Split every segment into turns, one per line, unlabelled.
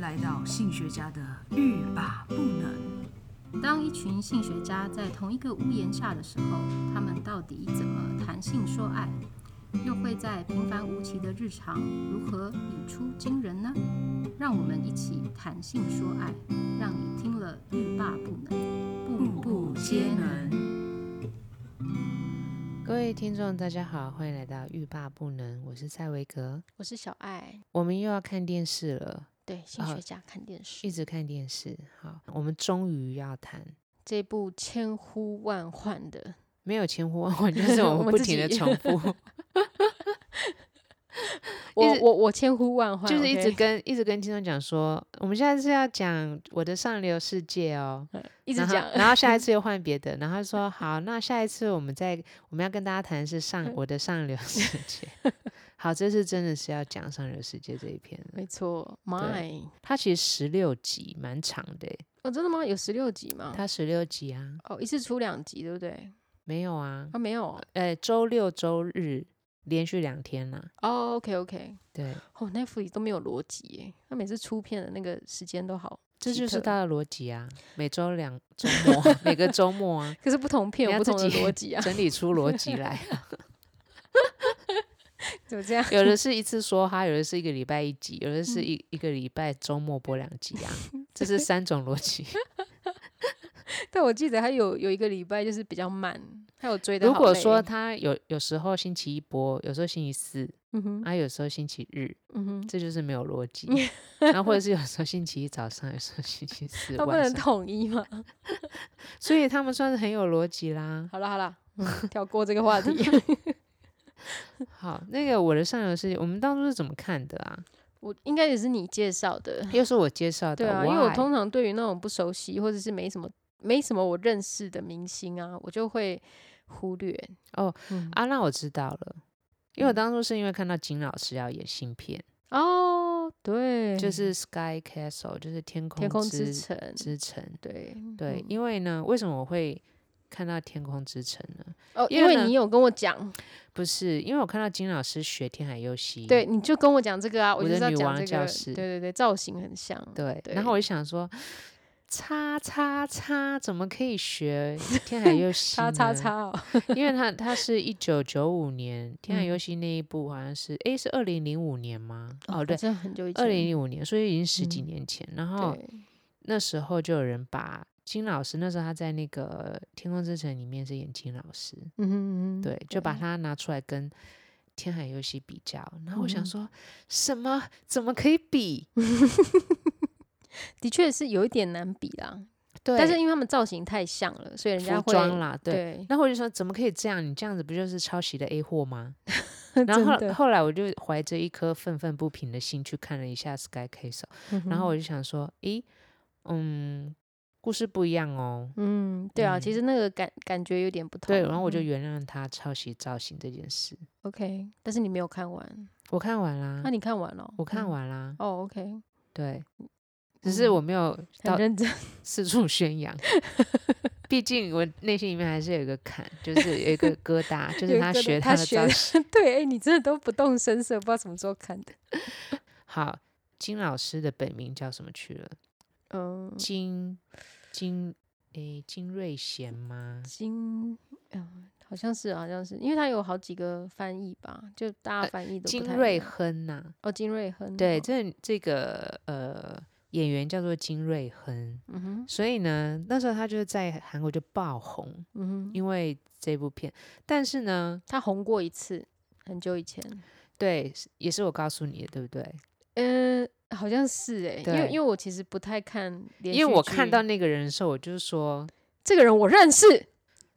来到性学家的欲罢不能。
当一群性学家在同一个屋檐下的时候，他们到底怎么谈性说爱？又会在平凡无奇的日常如何语出惊人呢？让我们一起谈性说爱，让你听了欲罢不能，步步皆能。
各位听众，大家好，欢迎来到欲罢不能，我是赛维格。
我是小爱，
我们又要看电视了，
对性
啊
学家看电视、
一直看电视。好，我们终于要谈，
这部千呼万唤的，
没有千呼万 唤，就是我
我
们
们
不
自
停的
己
重复，
我
直
我我千呼万唤，
就是一直
OK？
跟一直跟听众讲说，我们现在是要讲我的上流世界哦，
嗯 一
一
直讲，
然后下一次又换别的，然后说好，那下一次我们再我们要跟大家谈 是上我的上流世界。 好，这次真的是要讲上流世界这一篇了。
没错，mine。
它其实十六集，蛮长的欸。
哦，真的吗？有十六集吗？
它十六集啊，
哦，一次出两集，对不对？
没有啊，
啊，没有哦。
呃，周六周日连续两天啦、
哦，OK，OK。
对，
哦，Netflix 都没有逻辑耶，他每次出片的那个时间都好奇特，
这就是它的逻辑啊。每周两 周末啊，每个周末啊，
可是不同片
你
有不
要
同的
自己
逻辑啊，
整理出逻 辑来啊。
怎么这样？
有的是一次说哈，有的是一个礼拜一集，有的是
嗯
一、一个礼拜周末播两集 啊，这是三种逻辑。
但我记得还有有一个礼拜就是比较慢，还有追的。
如果
欸
说，它有有时候星期一播，有时候星期四，
嗯哼，
啊，有时候星期日，
嗯哼，
这就是没有逻 辑。然后或者是有时候星期一早上，有时候星期 四
它不能
晚上，
统一吗？
所以他们算是很有逻辑啦。
好了好 了，嗯跳过这个话题。
好，那个我的上游世界，我们当初是怎么看的啊？
我应该也是你介绍的，
又是我介绍的，
对啊，因为我
呃 why？
通常对于那种不熟悉或者是没什么没什么我认识的明星啊，我就会忽略。
哦
嗯，
啊，那我知道了，因为我
嗯
当初是因为看到金老师要演新片。
哦，对，
就是 Sky Castle，就是天空
天空
之
之城，
之城。
对
对，
嗯
因为呢，为什么我会看到天空之城呢？
哦，
因
因
为
为
呢嗯
你有跟我讲，
不是因为我看到金老师学天海佑希，
对，你就跟我讲这个啊，
我
就
的
是要
女王
讲这
教
个，对
室
对对，造型很像，
对，
对
然后我就想说，叉叉叉怎么可以 学天海佑希？
叉叉，叉哦，
因为他他是一九九五年天海
嗯
佑希那一部好像是诶，是二零零五年吗？ 哦对，
这很久以前，
二零零五年，所以已经十几
嗯
年前。然后
对，
那时候就有人把金老师，那时候他在那个《天空之城》里面是演金老师，
嗯哼嗯哼，
对，就把他拿出来跟天海佑希比较。然后我想
嗯
说，什么怎么可以比？
的确是有一点难比啦，
对
但是因为他们造型太像了，所以人家
服
会
装啦，对。
对，
然后我就说，怎么可以这样？你这样子不就是抄袭的 A 货吗？ 然后
真
后
的
后来我就怀着一颗愤愤不平的心去看了一下 Sky Castle，、然
嗯
后我就想说，诶，嗯，故事不一样哦。
嗯，对啊，
嗯
其实那个感感觉有点不同，
对，然后我就
嗯
原谅他抄袭造型这件事。
OK，但是你没有看完，啊
我看完啦，
那你看完了？
嗯我看
嗯
完啦，
哦，OK，
对，只是我没有
很
到
认真，
四处宣扬，毕竟我内心里面还是有一个坎，就是有一个疙瘩，就
有
是
一
他
个
学
他
他的
学
造
的
型。
对，哎，你真的都不动声色，不知道什么时候看的，
好，金老师的本名叫什么去了？
嗯，
金金诶，金瑞贤吗？
金，嗯，好像是，好像是，因为它有好几个翻译吧，就大家
呃
翻译的、
金瑞亨呐、
哦，金瑞亨，
对，
哦，
这这个呃演员叫做金瑞亨，
嗯哼，
所以呢，那时候他就是在韩国就爆红，
嗯哼，
因为这部片。但是呢，
他红过一次，很久以前，
对，是也是我告诉你的，对不对？
嗯、好像是哎、因
呃对
为因为我其实不太看连续剧，
因为我看到那个人的时候，我就是说，
这个人我认识，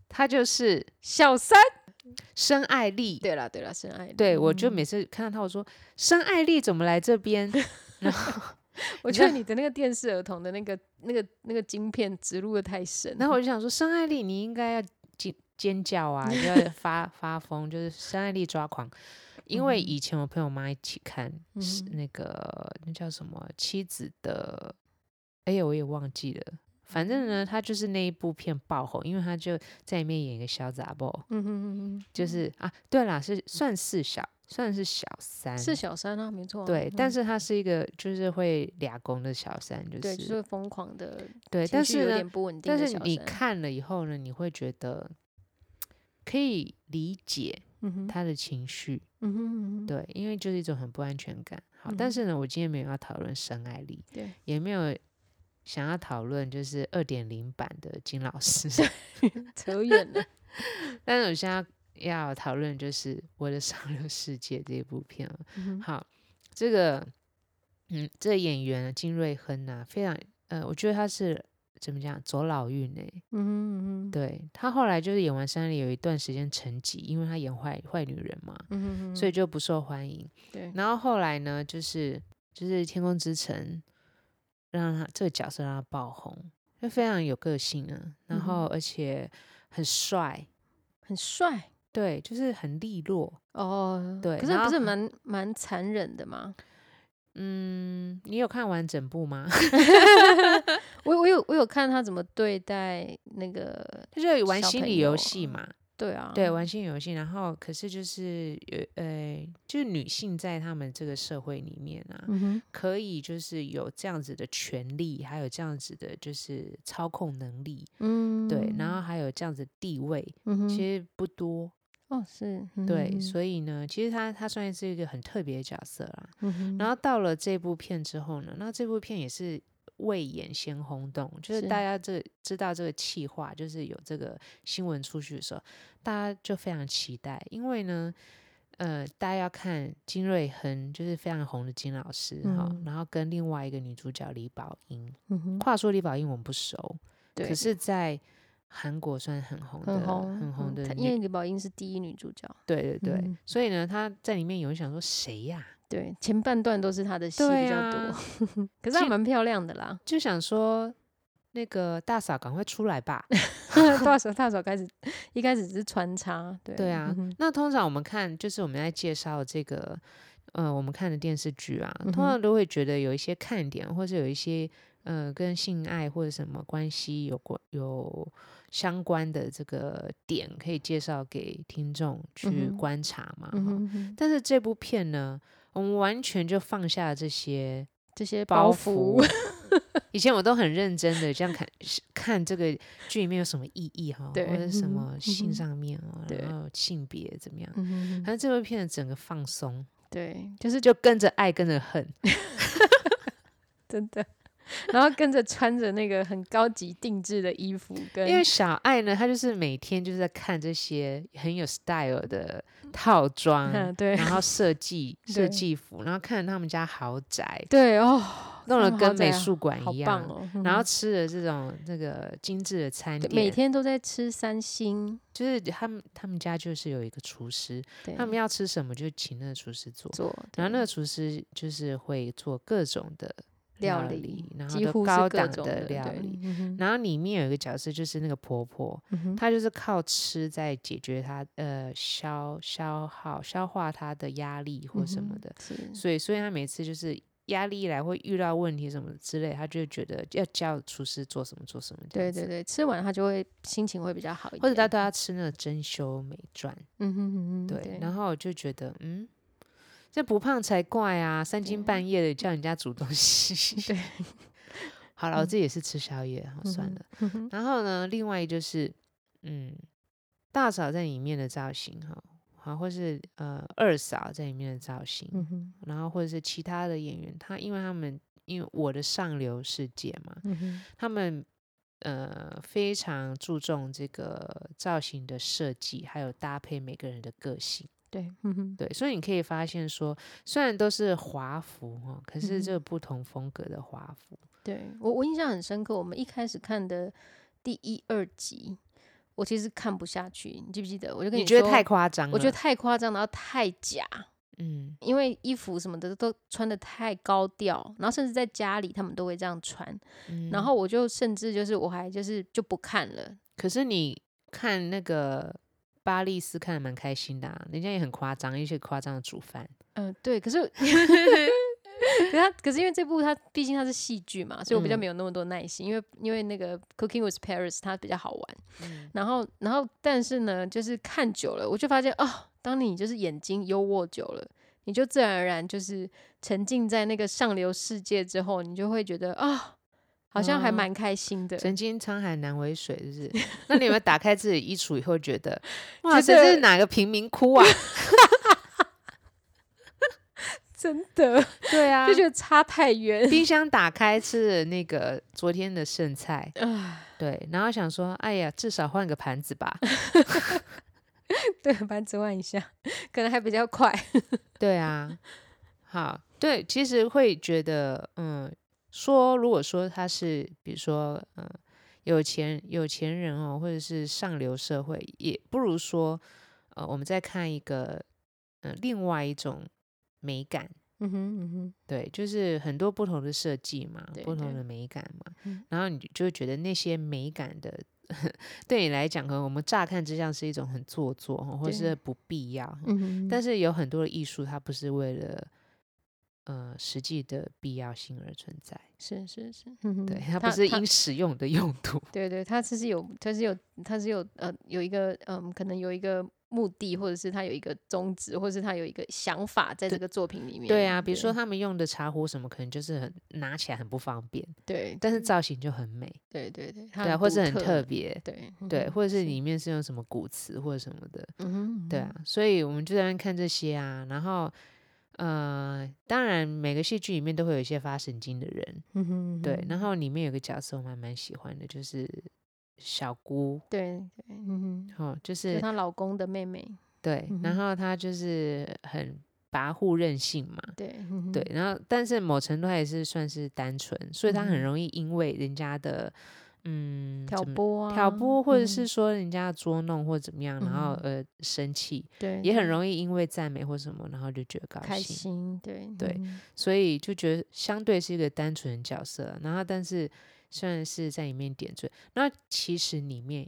他就是
小三，
申爱丽。
对啦对啦，深爱，
对，我就
嗯
每次看到他，我说申爱丽怎么来这边？
我
你
觉得
知道
你的那个电视儿童的那个那个那个晶片植入的太深，
然后我就想说，申爱丽你应该要尖尖叫 啊，就要发发疯，就是申爱丽抓狂。因为以前我陪我妈一起看、是
嗯
那个那叫什么妻子的，哎呀我也忘记了。反正呢，他就是那一部片爆红，因为他就在里面演一个小杂包，
嗯哼嗯哼，
就是啊，对啦，是算是小算是小三，
是小三啊，没错啊、
对，但
嗯
是他是一个就是会俩攻的小三，就
对，
是
就是疯狂的，
对，
情
但
绪
是
有
呢
点不稳定
但
的
是
小
你
三，
看了以后呢，你会觉得可以理解
嗯哼，
他的情绪，
嗯哼嗯哼，
对，因为就是一种很不安全感。好，但
嗯
是呢，我今天没有要讨论深爱力，
对，
也没有想要讨论就是二点零版的金老师，
扯远了，
但是我现在要讨论就是《我的上流世界》这一部片了。
嗯哼
好，这个，嗯，这个演员金瑞亨啊，非常，呃，我觉得他是怎么讲，走老运哎、
嗯哼嗯哼，
对他后来就是演完《山里》有一段时间沉寂，因为他演坏坏女人嘛，
嗯哼嗯哼，
所以就不受欢迎。
对，
然后后来呢，就是就是《天空之城》，让他这个角色让他爆红，就非常有个性啊，然后
嗯
而且很帅，
很帅
对，就是很利落。
哦，
对
可是
然
不
后
是蛮蛮残忍的 吗？
嗯，你有看完整部吗？
我我有我有看他怎么对待那个，
他就玩
小
心
朋
理游
友
戏
啊
嘛，
对啊，
对，玩心理游戏。然后可是就是有呃，就是女性在他们这个社会里面啊，
嗯哼，
可以就是有这样子的权利，还有这样子的就是操控能力，
嗯，
对，然后还有这样子地位，
嗯哼，
其实不多，
哦是，嗯
对，
哼
所以呢，其实他他算是一个很特别的角色啦。
嗯哼
然后到了这部片之后呢，那这部片也是。未演先轰动，就是
是
大家这知道这个企划，就是有这个新闻出去的时候，大家就非常期待，因为呢，呃，大家要看金瑞亨，就是非常红的金老师哈、
嗯
然后跟另外一个女主角李宝英，
嗯哼，
话说李宝英我们不熟，
对
可是在韩国算很红的，
很红
很红
嗯
的
她
女，
因为李宝英是第一女主角，
对对对、
嗯
所以呢，她在里面有人想说谁呀、
对，前半段都是她的戏比较多，
对啊
可是她
其，
蛮漂亮的啦
就想说那个大嫂赶快出 来吧，
大手大手开始一开始只是穿插，对
对啊
嗯哼，
那通常我们看，就是我们在介绍这个，呃，我们看的电视剧啊，
嗯
通
哼
常都会觉得有一些看点，或是有一些呃跟性爱或者什么关系有关有相关的这个点，可以介绍给听众去
嗯哼
观察嘛。
嗯
哈
哼嗯哼，
但是这部片呢，我们完全就放下了这些
这些
包
包
袱。 以前我都很认真的这样看看这个剧里面有什么意义哈，或
对
者
嗯
什
哼
么性
嗯哼
上面啊，
对
然后性别怎么样，
嗯哼嗯
反
哼，
正这部片的整个放松，
对，就是
就跟着爱，跟着恨，
真的。然后跟着穿着那个很高级定制的衣服，跟
因为小爱呢，她就是每天就是在看这些很有 style 的套装，
嗯对
然后设计设
对
计服，然后看着他们家豪宅
对哦，
弄
他
得
们
跟
豪宅
美
啊
术馆
好
一样，
棒哦。嗯
然后
哼
吃的这种那个精致的餐
对
点，
每天都在吃三星，
就是他们他们家就是有一个厨师，
对，
他们要吃什么就请那个厨师做，
做，
然后
对
那个厨师就是会做各种的
料
理
理，
然后
几
都
乎
高
是各
档
种
的料
对
理。
嗯哼
然后里面有一个角色就是那个婆婆，
嗯哼
她就是靠吃在解决她呃消消耗消化她的压力或什
嗯
么
哼
的，
是
所以所以她每次就是压力一来会遇到问题什么之类，她就会觉得要叫厨师做什么做什么这
对
样子，
对对，吃完他就会心情会比较好一点，
或者她都要吃那个珍馐美馔，
嗯哼嗯哼，
对，
对，
然后我就觉得嗯。这不胖才怪啊！三更
对
半夜的叫人家煮东西，
对，
好了，我自己也是吃宵夜，好算了。
嗯哼
然后呢，另外就是，嗯，大嫂在里面的造型哈，好，或是呃二嫂在里面的造型，
嗯哼
然后或者是其他的演员，他因为他们因为我的上流世界嘛，
嗯哼
他们呃非常注重这个造型的设计，还有搭配每个人的个性。
对，嗯哼
对，所以你可以发现说，虽然都是华服哈，可是
嗯
这个不同风格的华服，
对我我印象很深刻，我们一开始看的第一二集，我其实看不下去，你记不记得？我就跟
你觉得
说
太嗯夸张了？
我觉得太夸张，然后太假，
嗯，
因为衣服什么的都穿的太高调，然后甚至在家里他们都会这样穿，然
嗯
后我就甚至就是我还就是就不看了，
可是你看那个巴利斯看的蛮开心的、啊，人家也很夸张，一些夸张的煮饭。
嗯、对，可是可是他可是因为这部它毕竟它是戏剧嘛，所以我比较
嗯
没有那么多耐心，因为因为那个 Cooking with Paris 它比较好玩，
嗯
然后然后但是呢，就是看久了我就发现哦，当你就是眼睛优渥久了，你就自然而然就是沉浸在那个上流世界之后，你就会觉得啊、好像还
嗯
蛮开心的。
曾经沧海难为水，是不是？ 那你有没有打开自己衣橱以后，觉得哇，
觉
这是
得
哪个贫民窟 啊？
真的，
对啊
就，觉得差太远。
冰箱打开吃了那个昨天的剩菜，
啊，
对，然后想说，哎呀，至少换个盘子吧。
对，把指换一下，可能还比较快。
对啊，好，对，其实会觉得，嗯，说如果说他是，比如说，嗯，有钱有钱人哦，或者是上流社会，也不如说，呃，我们再看一个，嗯、另外一种美感，
嗯哼，嗯哼，
对，就是很多不同的设计嘛，
对
不同
对
的美感嘛，
嗯
然后你就会觉得那些美感的， 对你来讲，可能我们乍看之下是一种很做作哦，或
对
是不必要哦，
嗯哼
但是有很多的艺术，它不是为了呃实际的必要性而存在，
是是是，嗯哼，
对，它不是因使用的用 途，
对对，它其实有，它是有，它是有，呃，有一个，嗯，可能有一个目的，或者是它有一个宗旨，或者是它有一个想法在这
对
个作品里面。
对啊，比如说，他们用的茶壶什么，可能就是很拿起来很不方便，
对
但是造型就很美，
对对对，嗯它
对啊，或是很
独
特，别，
对
对，或者是，
嗯
里面是用什么古瓷或者什么的，
哼嗯哼，嗯
对啊，所以我们就在那边看这些啊，然后。呃，当然，每个戏剧里面都会有一些发神经的人，
哼，嗯哼，
对。
嗯
然
哼
后里面有个角色我还蛮喜欢的，就是小姑，
对对，嗯哼，
哦，就
就是她老公的妹妹，
对，
嗯
然后他就是很跋扈任性嘛，
对，嗯哼
对，，然后但是某程度他也是算是单纯，所以他很容易因为人家的嗯
嗯挑
怎么
拨啊，
挑拨，或者
嗯
是说人家捉弄或怎么样，然后
嗯
呃生气，
对，
也很
对
容易因为赞美或什么，然后就觉得高
开
兴，
心，对
对
嗯哼
所以就觉得相对是一个单纯的角色，然后但是虽然是在里面点缀，那其实里面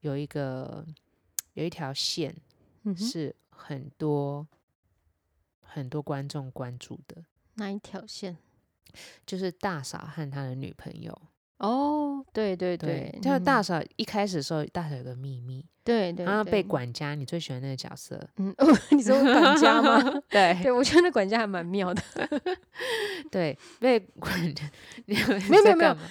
有一个有一条线，
嗯哼，
是很多很多观众关注的，
哪一条线？
就是大嫂和他的女朋友。
哦，对对
就是大
嗯
嫂一开始的时候，大嫂有个秘密，
对对，
然后
对
被管家，你最喜欢那个角 色，
嗯，哦，你说管家 吗？
对
对，我觉得那管家还蛮妙的。
对，被管家， 你
没有没有
在
没有
干嘛，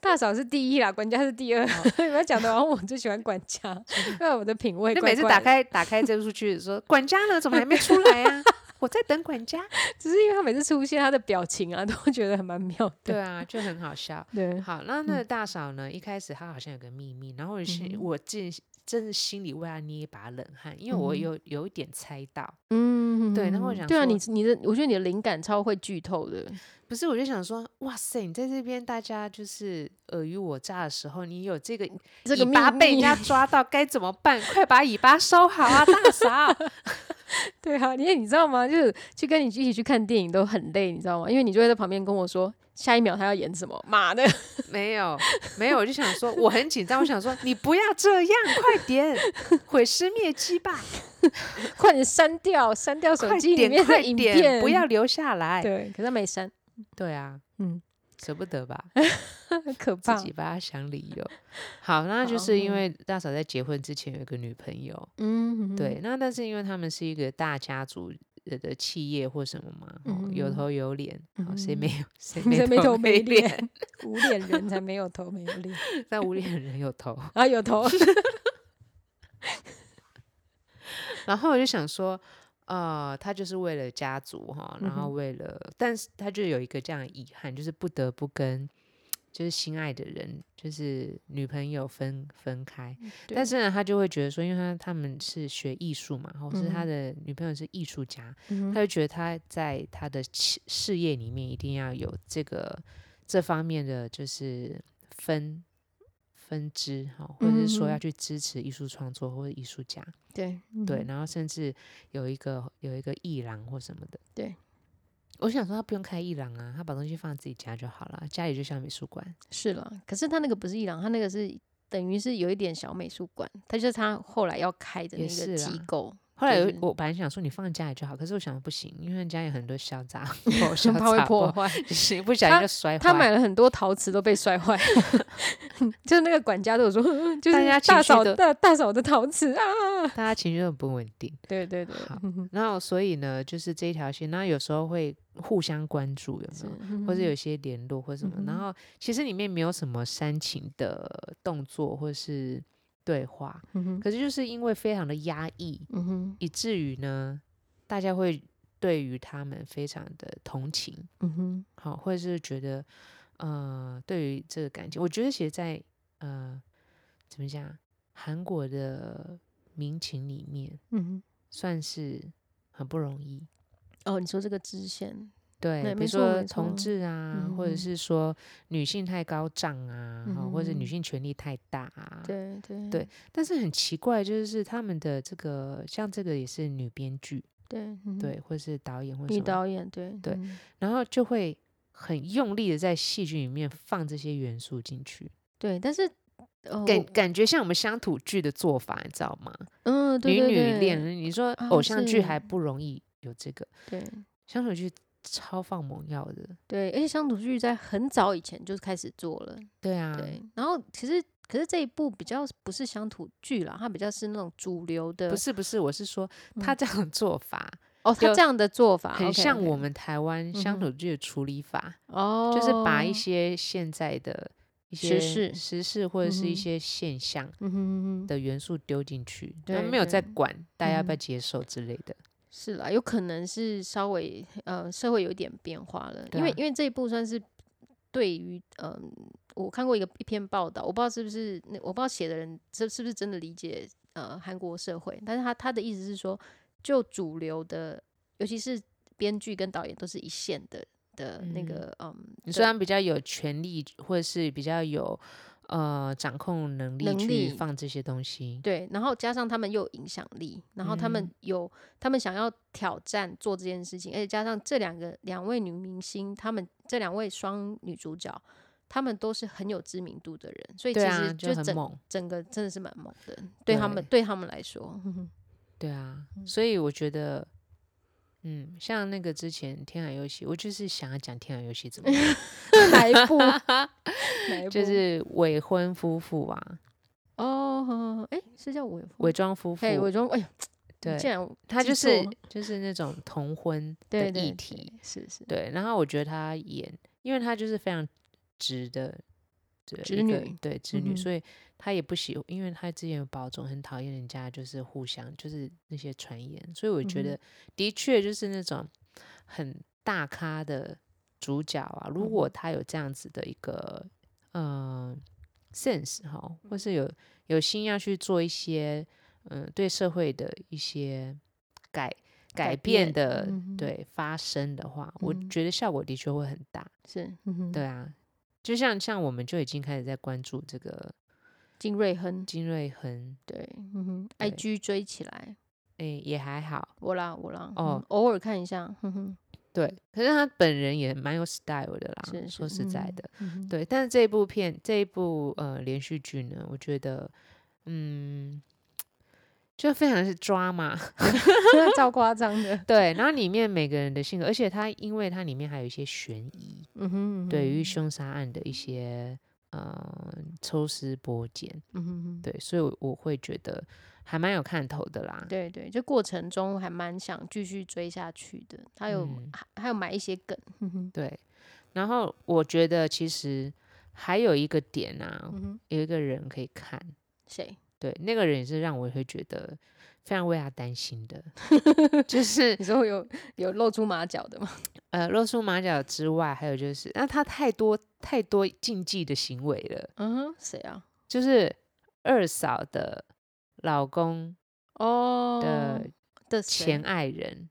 大嫂是第一啦，管家是第二。
哦
你们讲的，然后我最喜欢管家， 因为我的品味
那
怪
每次
怪
打
的，
开打开这出去说，管家呢，怎么还没出来啊？ 我在等管家。
只是因为他每次出现他的表情啊，都 觉得还蛮妙
对
的。
啊，就很好笑。
对
好，那那个大嫂呢？一开始她好像有个秘密，然后我
嗯
是
哼
我真真是心里为她捏一把冷汗，因为我
嗯哼
有有一点猜到，
嗯，
对然后我
嗯
想
对啊，
说
你你的，我觉得你的灵感超会剧透的。
不是，我就想说，哇塞，你在这边大家就是尔虞我诈的时候，你有这个
嗯这个
尾巴
秘
被人
密
家抓到该怎么办？快把尾巴收好啊，大嫂！
对啊，因为你知道吗？就是去跟你一起去看电影都很累，你知道吗？因为你就会在旁边跟我说，下一秒他要演什么，妈的！
没有没有，我就想说，我很紧张，我想说，你不要这样，快点毁尸灭迹吧，
快点删掉，删掉手
快
机里
点
面的
快
影
点，
片，
不要留下来。
对，可是他没删，
对啊，
嗯，
舍不得吧？
很可怕
自。己帮他想理 由。好，那就
好
是因
嗯
为大嫂在结婚之前有一个女朋友，
嗯，
对，那但是因为他们是一个大家族呃的企业或什么嘛，哦有
嗯
头有脸，哦谁没有 谁
你才没头
没
没
脸？
脸，无脸人才没有头没有脸
但无脸人有 头。
啊，有 头，
然后我就想说。呃，他就是为了家族哈，
嗯
然后为了，但是他就有一个这样的遗憾，就是不得不跟就是心爱的人，就是女朋友分分开。但是呢，他就会觉得说，因为他他们是学艺术嘛，或是他
嗯
的女朋友是艺术家，
嗯
他就觉得他在他的事事业里面一定要有这个这方面的就是分分支哈，或者是说要
嗯哼
去支持艺术创作或者艺术家，
对
对，
嗯
然后甚至有一个有一个艺廊或什么的，
对。
我想说，他不用开艺廊啊，他把东西放在自己家就好了，家里就像美术馆。
是了。可是他那个不是伊朗，他那个是等于是有一点小美术馆，他就是他后来要开的
也
那个
是
机
啦
构，
后来
就
我
是
我本来想说你放在家里就好，可是我想不行，因为家里很多小杂货，小
怕会
杂
破
货，
坏。
你不小心就摔坏。
他买了很多陶瓷都被摔 坏，就是那个管家都有说，嗯就
大
是
家情
大
绪
嫂
都
大大嫂的陶瓷啊，
大家情绪都很不稳定。
对对对，
好
嗯
然后所以呢，就是这一条线，那有时候会互相关注，有没有？
是
或者有一些联络或什么，
嗯
然后其实里面没有什么煽情的动作或是对话，
嗯哼
可是就是因为非常的压抑，
嗯哼
以至于呢，大家会对于他们非常的同情，
嗯哼
好、或者是觉得呃，对于这个感情，我觉得其实在，呃怎么讲，韩国的民情里面
嗯哼，
算是很不容易，
哦，你说这个支线，
对，
对
比
没
如
错
说
没
同
错
志啊，或者
嗯
是说女性太高涨啊，哈或者女
嗯
性权力太大啊。
对对
对但是很奇怪，就是他们的这个，像这个也是女编剧，
对嗯
对，或是导演或什
女
么，
导演对
对
嗯
然后就会很用力的在戏剧里面放这些元素进去，
对，但是呃
感
我
感觉像我们乡土剧的做法，你知道吗？
嗯对
女
对
女
对
恋，你说
啊
偶像剧还
是
不容易有这个，
对
乡土剧超放猛药的，
对，而且乡土剧在很早以前就开始做了，
对啊，
对，嗯然后其实可是这一部比较不是乡土剧啦，它比较是那种主流的
不是不是，我是说他
嗯
这样的做法。
哦，他
就
这样的做法
很
OK，
像
OK
我们台湾
嗯
乡土剧的处理法，
哦，
就是把一些现在的一
时
些
事
时事或者是一
嗯哼
些现象
嗯哼嗯哼
的元素丢进去，然后
对
没有在
对
管大家要不要
嗯
接受之类的。
是啦，有可能是稍微呃社会有一点变化了，
对
因为
啊
因为这一部算是对于嗯、我看过一个一篇报道，我不知道是不是那我不知道写的人这是不是真的理解呃韩国社会，但是他他的意思是说，就主流的，尤其是编剧跟导演都是一线的的那
嗯
个嗯，的
你虽然比较有权利，或者是比较有呃掌控能力
能
去
力
放这些东西，
对，然后加上他们又有影响力，然后他们
嗯
有、他们想要挑战做这件事情，而且加上这两个两位女明星，她们这两位双女主角，她们都是很有知名度的人，所以其
对啊，
实
就很
整、
猛，
整个真的是蛮猛的，对他们对他们来 说，
对啊。
嗯
所以我觉得，嗯，像那个之前《天海游戏》，我就是想要讲《天海游戏》怎么样，
哪一 部？哪一部？
就是伪婚夫妇
嗯
啊，
哦，哎、是叫伪
伪
伪
装夫妇，
哎伪装哎，
对，
竟然
他
记
就是
错
就是那种同婚的
对对
议
对
题，
是是
对然后我觉得他演，因为他就是非常直的，对
直
一个
女
对直女，
嗯哼
所以他也不喜，因为他之前有保总很讨厌人家就是互相就是那些传言，所以我觉
嗯哼
得、的确就是那种很大咖的主角啊，
嗯
如果他有这样子的一个嗯、呃 sense 哈，
嗯
或是有有心要去做一些嗯、呃对社会的一些改
改
改
变
变的
嗯哼
对发生的话，我
嗯
觉得效果的确会很大。
是，嗯哼
对，啊，就像像我们就已经开始在关注这个
金瑞亨，
金瑞亨，
对，嗯哼
对
，IG 追起来。
诶、也还好，
我啦，我啦，
哦
哦，偶尔看一下，嗯哼哼，
对，可是他本人也蛮有 style 的啦，
是
啊说
是
实在
嗯
的，
嗯哼，
对，但是这一部片，这一部呃连续剧呢，我觉得，嗯，就非常是抓嘛，
超夸张的，
对。然后里面每个人的性格，而且它因为它里面还有一些悬疑，
嗯哼，
对于凶杀案的一些呃抽丝剥茧，
嗯哼，嗯哼，
对，所以我我会觉得还蛮有看头的啦。
对对，就过程中还蛮想继续追下去的，还有
嗯
还还有埋一些梗，哼哼，
对，然后我觉得其实还有一个点啊，
嗯哼，
有一个人可以看，
谁？
对，那个人也是让我会觉得非常为他担心的， 就是
你说有有露出马脚的吗？
呃，露出马脚之外，还有就是，那他太多太多禁忌的行为了，
嗯哼，谁啊？
就是二嫂的老公
哦
的
的谁
前爱人，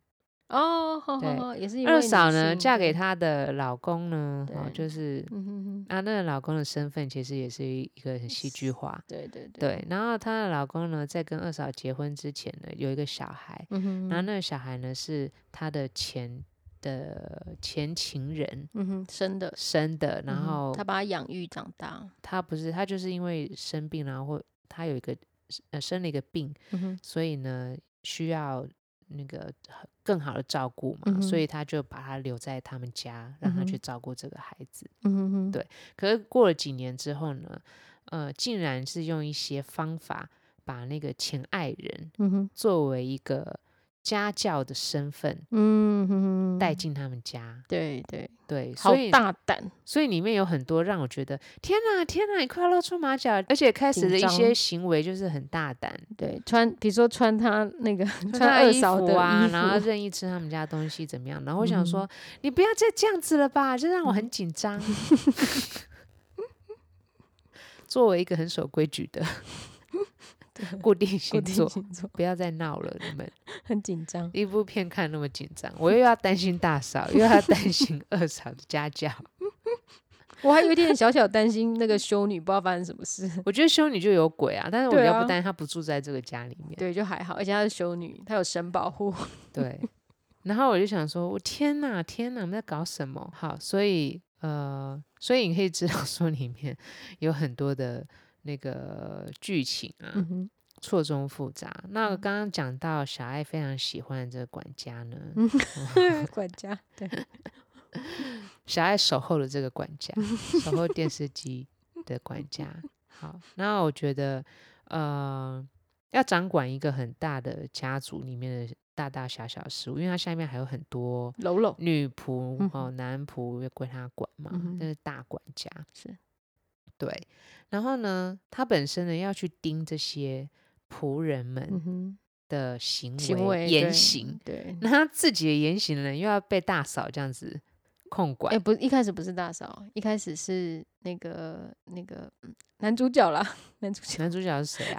哦，好好
对
好，也是一位
二
女
嫂呢
性
嫁给
对，
她的老公呢，哦，
对
就是
嗯哼哼，
啊，那个老公的身份其实也是一个很戏剧化。
对对对，
对，然后她的老公呢，在跟二嫂结婚之前呢，有一个小孩，
嗯哼，
然后那个小孩呢是她的前的前情人
嗯哼，生的，
生的，然
嗯哼
后
他把他养育长大，
她不是她就是因为生病，然后或她有一个呃生了一个病，
嗯哼，
所以呢需要那个更好的照顾嘛，
嗯
所
哼
以他就把他留在他们家，让他
嗯
去
哼
照顾这个孩子。
嗯哼哼，
对可是过了几年之后呢，呃，竟然是用一些方法把那个前爱人
嗯哼，
作为一个家教的身份
嗯哼哼，
带，进他们家。
对对，
对，
好
所以
大胆，
所以里面有很多让我觉得天哪、天哪、你快露出马脚，而且开始
紧
的一些
张
行为就是很大胆，
对，穿，比如说穿他那个穿
他的
二
衣
嫂
服
的
啊，
衣
然 后
服，嗯
任意吃他们家的东西怎么样？然后我想说，你不要再这样子了吧，这让我很紧 张。作为一个很守规矩的 固定
固
星
定
座，
星座
不要再闹了，你们
很紧张，
一部片看那么紧张，我又要担心大嫂，又要担心二嫂的家教。
我还有点小小担 心那个修女不知道发生什么事，
我觉得修女就有鬼啊，但是我
对
要
啊
不担心她不住在这个家里面。
对，就还好，而且她是修女，她有神保护，
对，然后我就想说，我天哪，天哪，我们在搞什么？好，所以呃，所以你可以知道说里面 有很多的那个剧情啊，
嗯哼，
错综复杂。那我刚刚讲到小爱非常喜欢的这个管家呢，
管家，对，
小爱守候的这个管家，守候电视机的管家。好，那我觉得，呃，要掌管一个很大的家族里面的大大小小的事物，因为它下面还有很多
柔柔，
女仆
嗯
哦，男仆要归他管嘛，
嗯
这
哼
是大管家。
是，
对。然后呢，他本身呢要去盯这些仆人
嗯
们
哼，
的行为、
行为对嗯
言行，
对，
那他自己的言行呢又要被大嫂这样子控管。
哎，不，一开始不是大嫂，一开始是那个那个嗯男主角啦， 男主角，
男主角是谁啊？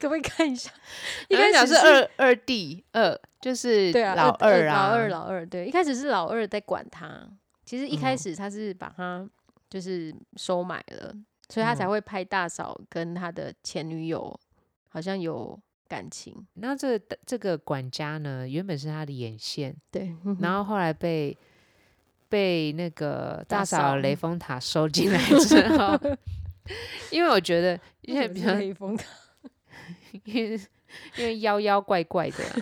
可不可以看一下？ 一
男
开
主角
始
是二二弟二，就是
对啊，
老
二
啊，
老二老二，对，一开始是老二在管他，其实一开
嗯
始他是把他就是收买了，所以他才
嗯
会派大嫂跟他的前女友好像有感情，
那这个这个管家呢，原本是他的眼线，
对，
然后后来被被那个
大
大嫂
嫂
雷峰塔收进来之 后，因为我觉得，因为比较
黑风
因为 因为妖妖怪怪的 啊、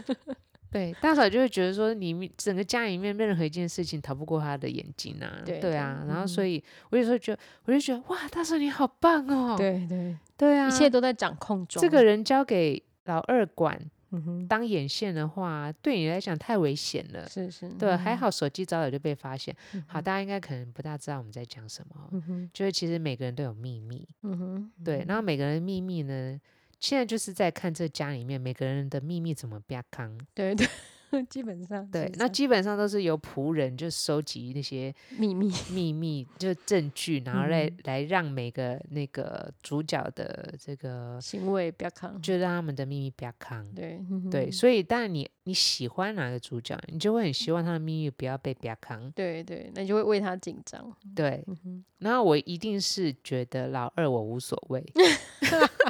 对大嫂就会觉得说，你们整个家里面任何一件事情逃不过她的眼睛啊，
对
对
的
啊，然后
嗯
所以我有时候觉得，我就觉得哇，大嫂你好棒哦，
对对，
对啊，
一切都在掌控中。
这个，人交给老二管
嗯哼，
当眼线的话，对你来讲太危险了。
是是，
对，还
嗯，
好手机早早就被发现。
嗯
好，大家应该可能不大知道我们在讲什么哦，
嗯哼，
就是其实每个人都有秘密，
嗯哼，
对，然后每个人的秘密呢，现在就是在看这家里面每个人的秘密怎么被扛。
对对， 基本上
对
基，本
那
上
基本上都是由仆人就收集那些
秘密，
秘密，就证据，然后来、
嗯
来让每个那个主角的这个，
行为不要看，
就让他们的秘密被扛。
对嗯
对，
哼
所以当然你你喜欢哪个主角，你就会很希望他的秘密不要被别扛。
对对，那你就会为他紧张，
对，
嗯哼，
然后我一定是觉得老二我无所 谓，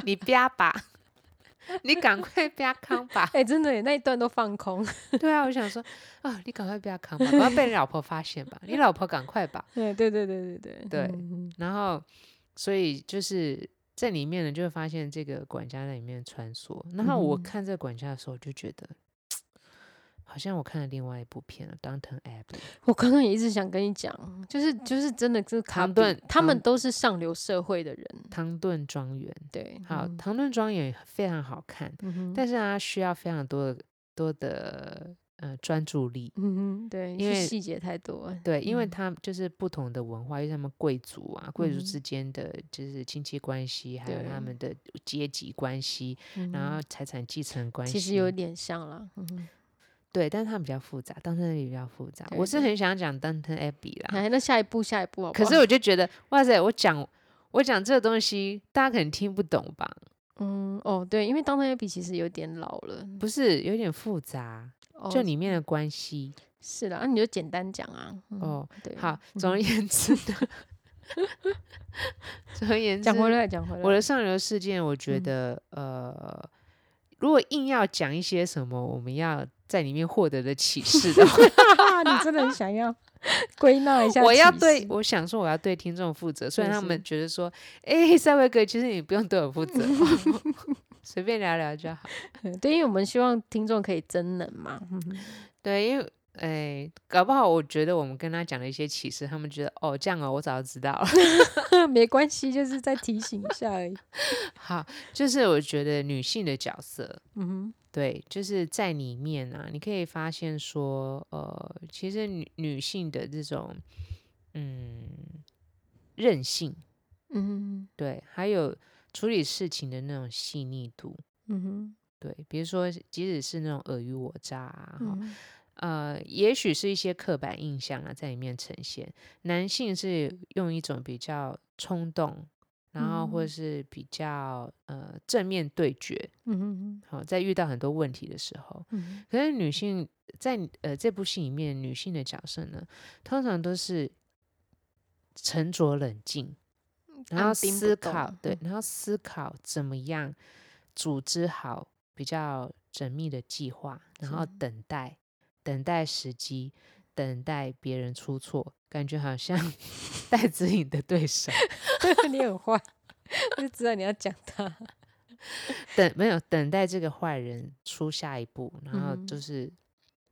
你啪吧， 你赶快啪扛吧。
哎，真的耶那一段都放空，
对啊，我想说啊，你赶快不要扛吧，不要被你老婆发现 吧，你老婆赶快吧。
对对对对对对
对
嗯哼
然后，所以就是在里面呢，就会发现这个管家在里面穿梭。然后我
嗯
看这个管家的时候，我就觉得。好像我看了另外一部片了，《Downton Abbey》。
我刚刚也一直想跟你讲，就是就是真的就是卡
唐
比
顿
他们
唐
都是上流社会的人，
唐顿庄园，
对，
好，
嗯
唐顿庄园非常好看，
嗯哼，
但是它需要非常多的多的呃专注力。
嗯哼，对，
因
是
为
细节太多了，
对，因为
嗯
他们就是不同的文化，因为他们贵族啊，贵族
嗯哼
之间的就是亲戚关系，还有
对
他们的阶级关系，
嗯
然后
哼
财产继承关系。
其实有点像啦，嗯哼，
对，但是他们比较复杂，当然也比较复杂。
对
我是
对
很想讲 Downton Abbey 啦，
哎，那下一步下一步好不
可
好，
是我就 觉得，哇塞，我讲我讲这个东西，大家可能听不懂吧？
嗯哦对，因为当那比其实有点老了，
不是，有点复杂，
哦
就里面的关系。
是啦，那你就简单讲啊，嗯
哦，
对，
好，总而言之呢， 总而言之，
讲回来讲回来，
我 的上流事件，我觉
嗯
得、呃，如果硬要讲一些什么，我们要在里面获得的启 示的话，
哈哈啊你真的很想要归纳一下启示，
我要对我想说，我要对听众负责。虽
是
然他
是
们觉得说，哎、塞维格，其实你不用对我负责，随便聊聊就好。
对，因为我们希望听众可以真能嘛，
对，因为哎、搞不好我觉得我们跟他讲了一些启示，他们觉得哦这样哦，我早就知道了。
没关系，就是再提醒一下而已。
好，就是我觉得女性的角色，
嗯哼，
对，就是在里面啊，你可以发现说，呃，其实女女性的这种嗯韧性，
嗯哼，
对，还有处理事情的那种细腻度，
嗯哼，
对，比如说即使是那种尔虞我诈啊，哈
嗯哼
呃，也许是一些刻板印象啊，在里面呈现。男性是用一种比较冲动，然后或
嗯
是比较呃正面对决，
嗯哼，
好、在遇到很多问题的时候。
嗯哼，
可是女性在呃这部戏里面，女性的角色呢，通常都是沉着冷静，然
嗯
后
按兵不
思考
动，嗯
对，然后思考怎么样组织好比较缜密的计划，然后
是
等待，等待时机，等待别人出错，感觉好像 戴子颖的对手，
你很坏，我就知道你要讲他。
等没有等待这个坏人出下一步，然后
嗯
就
哼
是、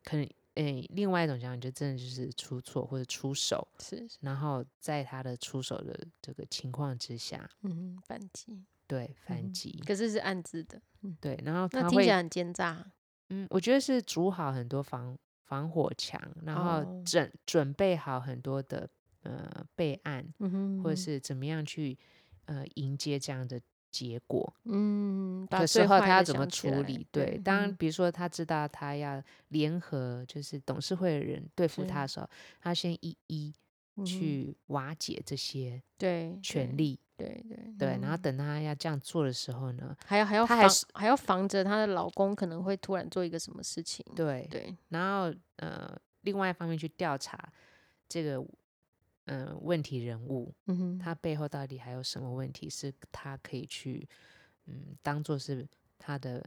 可能诶、另外一种讲法就真的就是出错或者出手，
是，是
然后在他的出手的这个情况之下，
嗯哼，反击，
对
嗯
反
哼
击，
可是是暗自的，
对，然后
那
他
听
会
起来很奸诈。
嗯，我觉得是筑好很多防防火墙，然后
哦
准、准备好很多的呃备案，
嗯哼，
或者是怎么样去呃迎接这样的结果
嗯，把
的
最
时候，
坏
他要
的
怎么
想起
处
来嗯
理？对，当然，比如说他知道他要联合就是董事会的人对付他的时候，他先一一
嗯
去瓦解这些
对
权，
对
利，
对对
对，然后
嗯
等他要这样做的时候呢，
还要还要
她
防
还是
还要防着她的老公可能会突然做一个什么事情，
对，
对，
然后呃，另外一方面去调查这个呃问题人物，
嗯哼，
他背后到底还有什么问题是他可以去嗯当做是他的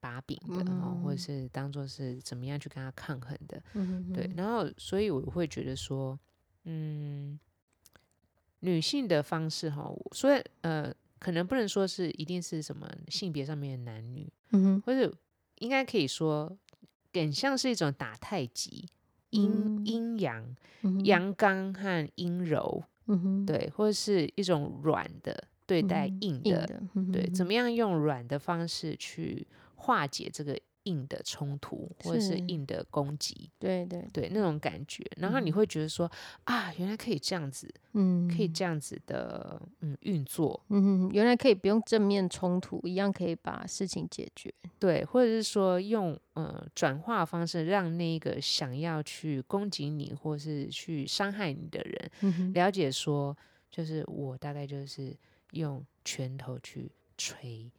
把柄的，哦或者
嗯
是当做是怎么样去跟他抗衡的。
嗯哼
对，
哼
然后所以我会觉得说，嗯，女性的方式哈，我所以呃，可能不能说是一定是什么性别上面的男女，
嗯哼，
或者应该可以说，更像是一种打太极，阴
嗯
阴阳、
嗯哼，
阳刚和阴柔，
嗯哼，
对，或者是一种软的对
嗯
待
哼
硬
硬
的，
的，嗯
对，
哼
怎
哼
么样用软的方式去化解这个硬的冲突或者是
是
硬的攻击，
对对，
对那种感觉，然后你
嗯
会觉得说、啊，原来可以这样子，
嗯，
可以这样子的嗯运作，
嗯哼，原来可以不用正面冲突，一样可以把事情解决。
对，或者是说用呃转化方式，让那个想要去攻击你或是去伤害你的人
嗯哼，
了解说，就是我大概就是用拳头去捶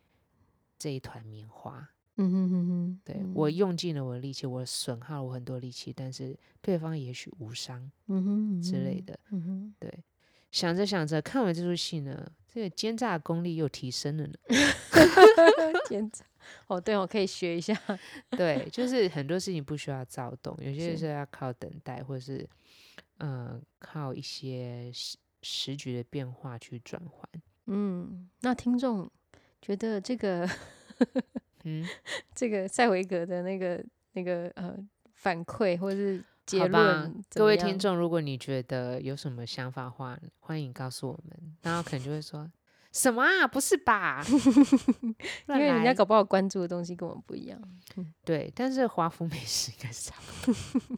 这一团棉花，
嗯哼哼哼，
对、
嗯
我，用尽了我的力气，我损耗了我很多力气，但是对方也许无伤
嗯哼
之类，的。
嗯哼
对，想着想着，看完这出戏呢，这个奸诈功力又提升了 呢。
嗯哼，奸诈，哦，对，我可以学一下，
对，就是很多事情不需要躁动，有些
是
是要靠等待，或是呃靠一些时时局的变化去转换。
嗯，那听众觉得这个
嗯，
这个塞维格的那个那个呃反馈或是结
好吧
论，，
各位听，众，如果你觉得有什么想法的话，欢迎告诉我们。然后可能就会说什么啊，不是吧？
因
乱
为人家
来
搞不好关注的东西跟我们不一样。
对，但是华府美食应该是差不多。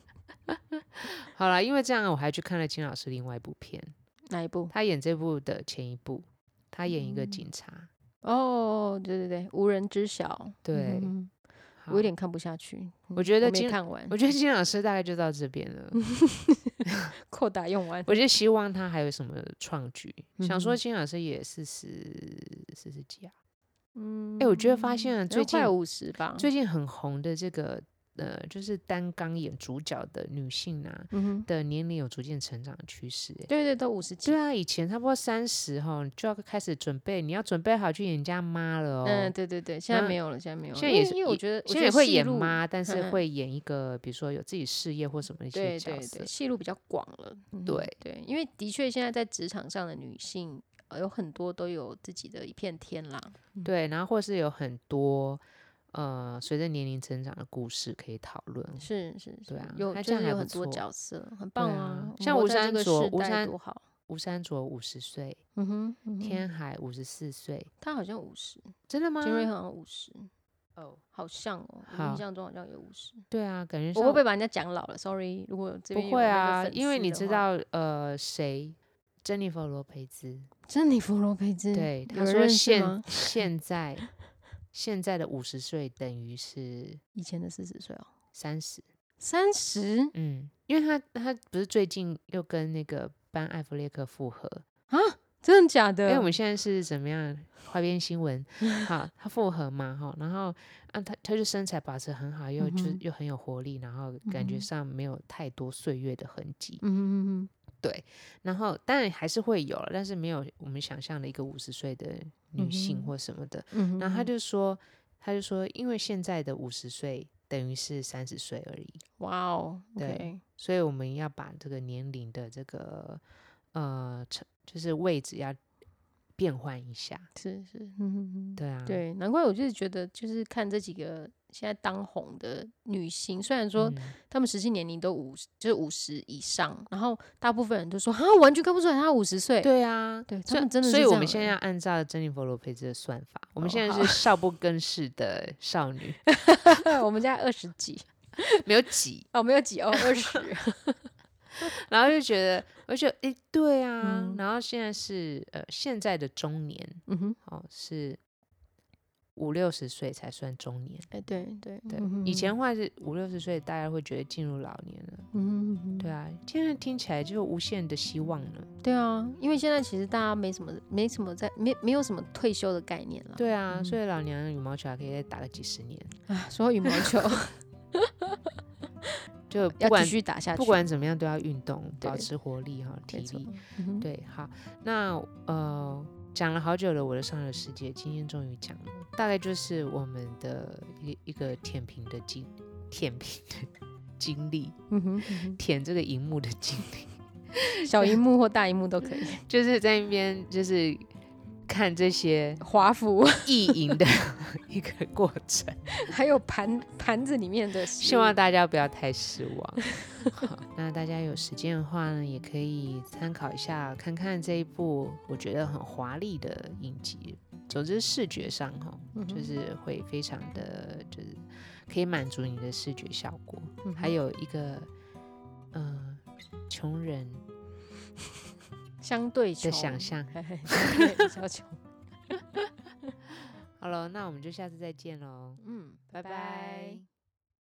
好啦，因为这样我还去看了金老师另外一部片，
哪一部？
他演这部的前一部，他演一个警察。
哦，对对对，无人知晓。
对，
嗯
好
我有点看不下去。
我
嗯
觉得
没
今
看完
我，觉得金老师大概就到这边了。
扣打用完。
我就希望他还有什么创举。想
嗯
说
哼
金老师也四十四十几啊，
嗯，
哎、我觉得发现了
要
最近
快五十吧。
最近很红的这个呃，就是单刚演主角的女性啊
嗯哼，
的年龄有逐渐成长的趋势、欸。
对对，都五十几
对。啊，以前差不多三十哈就要开始准备，你要准备好去演人家妈了哦。
嗯，对对对，现在
那
没有了，现在没有了。
现在
因为
也是
因为我
也
觉得，我
现
觉
在也
得
会
戏
演
路
妈，但是
嗯
会演一个，比如说有自己事业或什么一些
对
角
对
色
对，。戏路比较广了。嗯
对
对，因为的确现在在职场上的女性，呃有很多都有自己的一片天啦。
对，然后或是有很多呃，随着年龄增长的故事可以讨论。
是是是，
对啊
有
那
就
这样
是
还
有
不
很多
错
角色，很棒
啊
啊！
像
我
吴
在这
山
个
卓
时
吴
代
山
多好，
吴山卓五十岁，
嗯哼，嗯哼
天海五十四岁，
他好像五十，
真的吗？
金瑞好像五十，
哦，
好像哦，我
好
印象中好像有五十。
对啊，感觉
我
上
会不会把人家讲老了？Sorry，如果这边
不
有
会
那个
啊，
粉
因为
丝
你
的
知
话，
道呃谁，珍妮佛罗培兹，
珍妮弗罗培兹，
对，
嗯有
他
人
说
认识
现
吗？
现在现在的五十岁等于是
以前的四十岁哦，
三十，
三十
嗯，因为他他不是最近又跟那个班艾弗列克复合，
啊，真的假
因
的？
为我们现在是怎么样？花边新 闻，好，他复合嘛，哈，然后啊，他他就身材保持很好，又就
嗯
是
哼
又很有活力，然后感觉
嗯哼
上没有太多岁月的痕迹，
嗯哼嗯哼，
然后当然还是会有了，但是没有我们想象的一个五十岁的女性
嗯哼
或什么的。
嗯哼，
然后他
嗯哼
就说，他就说，因为现在的五十岁等于是三十岁而已，
哇哦，
对
OK，
所以我们要把这个年龄的这个呃，成就是位置要变换一下。
是是，嗯哼哼。
对啊，
对，难怪我就是觉得，就是看这几个现在当红的女星，虽然说
嗯，
她们实际年龄都五，就是五十以上，然后大部分人都说啊，完全看不出来她五十岁。
对啊，
对他
所以
们真的
所以
是这
我们
样
现在
欸
要按照珍妮佛罗培兹的算法，我们
哦
现在
好
是少不更事的少女，
我们家二十几，
没有几，
哦，没有几哦，二十。
然后就觉得，我就觉得诶，对啊，
嗯
然后现在是呃现在的中年
嗯哼，
哦是。五六十岁才算中年，
哎，对对
对，
嗯哼
以前的话是五六十岁，大家会觉得进入老年了，
嗯哼嗯哼
对啊，现在听起来就无限的希望了，
对啊，因为现在其实大家没什么没什么在没没有什么退休的概念了。
对啊，所以老娘的羽毛球还可以再打个几十年，
哎，说到羽毛 球
就
要
不
继
管
续打下去，
不管怎么样都要运动，保
对
持活力哈，体
没错
力。
嗯哼
对，好，那呃，讲了好久了，我的上流世界，今天终于讲了，大概就是我们的一个一个舔屏的经，舔屏的 经历，
嗯哼嗯
舔这个荧幕的经历，
哼，小荧幕或大荧幕都可以，
就是在那边就是看这些
华服。
意淫的一个过程，
还有盘盘子里面的食
希
物
望大家不要太失望。 好，那大家有时间的话呢，也可以参考一下，看看这一部我觉得很华丽的影集。总之，视觉上哈，
嗯哼
就是会非常的，就是可以满足你的视觉效果。
嗯哼
还有一个，嗯、穷人
相对穷
的想，象。
嘿嘿相对比较 穷。
好了，那我们就下次再见喽，
嗯，
拜拜